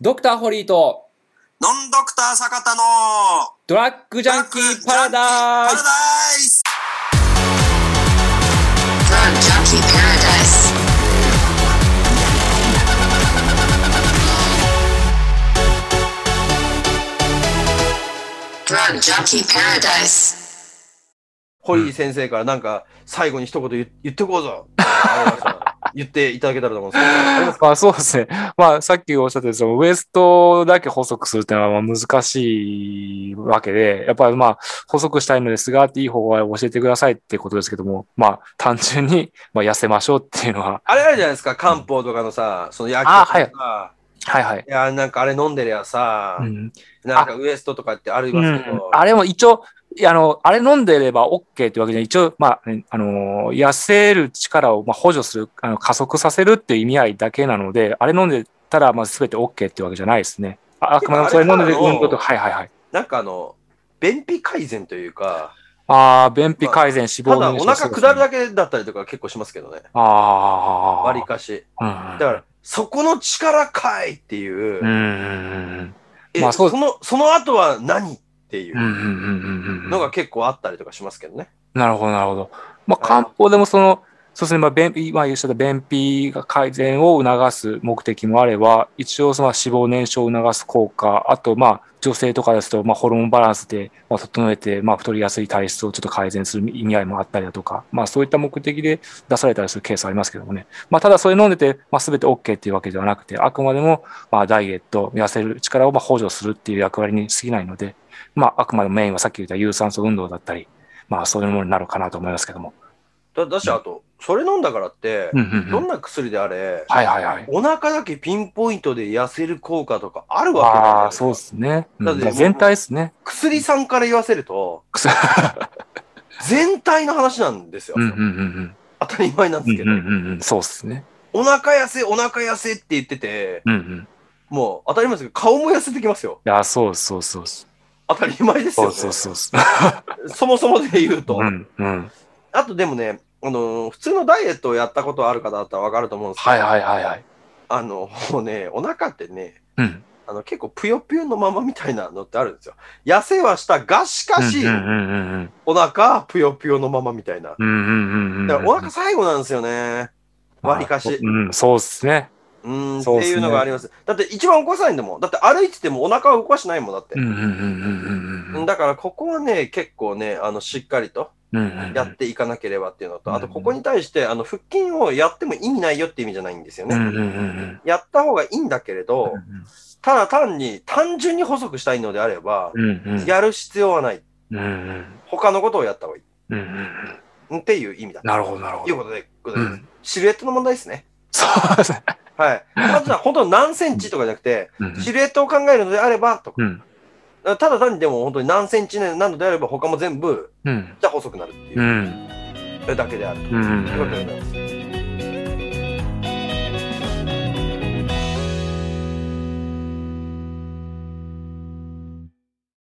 ドクターホリーとノンドクター坂田のドラッグジャンキーパラダイパラスダイス Drug Junkie Paradise. 堀井先生からなんか最後に一言言言ってこうぞ。ありましたら言っていただけたらと思うんですけど。ありますかまあそうですね。まあさっきおっしゃったようにそのウエストだけ細くするっていうのはまあ難しいわけで、やっぱりまあ細くしたいのですが、いい方法を教えてくださいってことですけども、まあ単純にまあ痩せましょうっていうのは、あれあるじゃないですか、漢方とかのさ、その薬あ局はいとか、はいはい。いや、なんかあれ飲んでりゃさ、うんなんかウエストとかってありますけど、あれも一応、いやあの、あれ飲んでれば OK ってわけじゃない。一応、まあ、ねあの、痩せる力をまあ補助する、あの加速させるっていう意味合いだけなので、あれ飲んでたら、まあ、全て OK ってわけじゃないですね。ああくまでもそれ飲んでるでもあれこと、はいはいはい。なんかあの、便秘改善というか、ああ、便秘改善、脂肪ただ分お解腹下るだだけだったりとか結構しますけどね、ああ。わりかし。うん。だから、そこの力かいっていう、うんうんえまあそそうのその後は何っていうんうん。うんううんうんうんのが結構あったりとかしますけどね。なるほど、なるほど。まあ、あ漢の方でもその、そうですね、まあ、便秘、今言っしゃった便秘が改善を促す目的もあれば、一応その脂肪燃焼を促す効果、あと、まあ、女性とかですと、まあ、ホルモンバランスで、まあ、整えて、まあ、太りやすい体質をちょっと改善する意味合いもあったりだとか、まあ、そういった目的で出されたりするケースありますけどもね。まあ、ただ、それ飲んでて、まあ、全て OK っていうわけではなくて、あくまでも、まあ、ダイエット、痩せる力をまあ補助するっていう役割に過ぎないので、まあ、あくまでもメインはさっき言った有酸素運動だったり、まあそういうものになるかなと思いますけども。だだし、あと、それ飲んだからって、うんうんうんどんな薬であれ、はいはいはい。お腹だけピンポイントで痩せる効果とかあるわけないじゃああないー、ですそうかですね。うんだってだから全体ですね。薬さんから言わせる と、くそ全体の話なんですよ。うんうんうん当たり前なんうですん。けうんど、うんうんうん。そうですね。お腹痩せ、お腹痩せって言ってて、うんうん。もう当たり前ですけど、顔も痩せてきますよ。いや、そうそうそうそう。当たり前ですそよ、うね。そうそうそそもそもで言うと。う。うんうん。あとでもね、あのー普通のダイエットをやったことある方だったらわかると思うんですけど、はいはいはいはい。あの、もうね、お腹ってね、うん。あの結構ぷよぷよのままみたいなのってあるんですよ。痩せはしたが、しかし、うんうんうんうんお腹ぷよぷよのままみたいな。うんうんうんうん。だからお腹最後なんですよね。わりかし。うん、そうですね。うーん、そうっっすてねいうのがあります。だって一番起こさないんだもん。だって歩いててもお腹は動かしないもんだってうん。うんうんうんうんうん。だからここはね、結構ね、あの、しっかりとうんうんうんやっていかなければっていうのうと、んあとここに対して、あの、腹筋をやっても意味ないよって意味じゃないんですようんうね。んうんうんやった方がいいんだけれど、ただ単に、単純に細くしたいのであれば、うんうんうんやる必要はない。うんうん他のことをやった方がいうんうんい。っていう意味だ。なるほどなるほといどう。ことで、ござういますんシルエットの問題ですね。そうですね。 はい。まずは本当に何センチとかじゃなくて、うんシルエットを考えるのであれば、とか。うんただ単にでも本当に何センチなのであれば他も全部うんじゃあ細くなるってういうんだけであるとうんうん嗯いうことになります。